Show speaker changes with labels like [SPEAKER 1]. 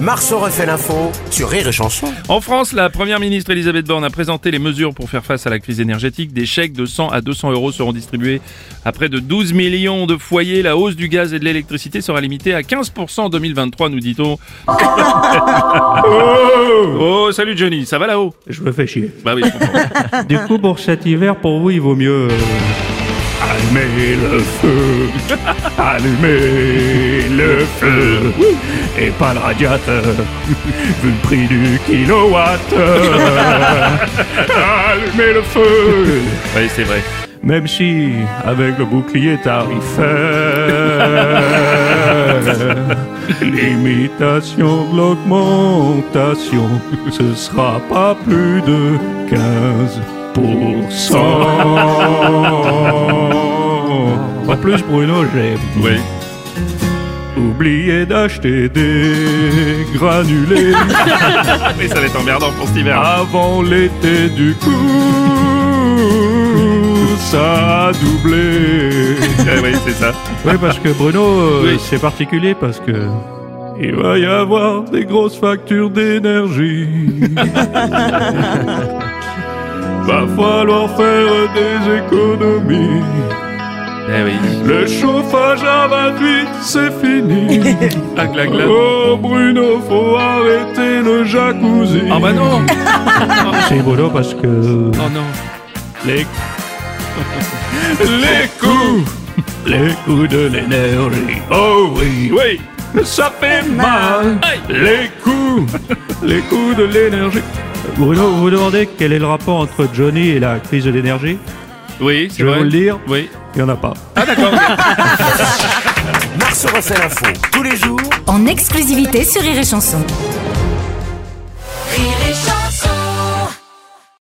[SPEAKER 1] Marceau refait l'info sur Rire et Chanson.
[SPEAKER 2] En France, la première ministre Elisabeth Borne a présenté les mesures pour faire face à la crise énergétique. Des chèques de 100 à 200 euros seront distribués à près de 12 millions de foyers. La hausse du gaz et de l'électricité sera limitée à 15% en 2023, nous dit-on. oh, salut Johnny, ça va là-haut
[SPEAKER 3] Je me fais chier.
[SPEAKER 2] Bah oui, je comprends.
[SPEAKER 3] Du coup, pour cet hiver, pour vous, il vaut mieux... euh, Allumer le feu, allumer le feu, et pas le radiateur, vu le prix du kilowatt. Allumer le feu,
[SPEAKER 2] Oui, c'est vrai.
[SPEAKER 3] même si, avec le bouclier tarifaire, l'imitation de l'augmentation, ce sera pas plus de 15%. En plus, Bruno, j'ai
[SPEAKER 2] Oui.
[SPEAKER 3] oublié d'acheter des granulés
[SPEAKER 2] Oui, ça va être emmerdant pour cet hiver.
[SPEAKER 3] avant l'été du coup. Ça a doublé. Eh
[SPEAKER 2] Ah, oui, c'est ça.
[SPEAKER 3] Oui, parce que Bruno, euh,
[SPEAKER 2] Oui.
[SPEAKER 3] c'est particulier parce que. Il va y avoir des grosses factures d'énergie. va falloir faire des économies.
[SPEAKER 2] Eh oui.
[SPEAKER 3] Le chauffage à 28, c'est fini.
[SPEAKER 2] Clac, clac, clac.
[SPEAKER 3] oh Bruno, faut arrêter le jacuzzi.
[SPEAKER 2] Ah bah non
[SPEAKER 3] C'est Bruno parce que.
[SPEAKER 2] Oh non
[SPEAKER 3] Les... les coups Les coups de l'énergie Oh oui, oui Ça fait mal
[SPEAKER 2] Aïe.
[SPEAKER 3] Les coups Les coups de l'énergie Bruno, vous vous demandez quel est le rapport entre Johnny et la crise de l'énergie
[SPEAKER 2] Oui, c'est
[SPEAKER 3] Je vais
[SPEAKER 2] vrai.
[SPEAKER 3] vous le dire,
[SPEAKER 2] Oui.
[SPEAKER 3] il n'y en a pas.
[SPEAKER 1] Marceau refait l'info tous les jours
[SPEAKER 4] en exclusivité sur Rire et Chanson.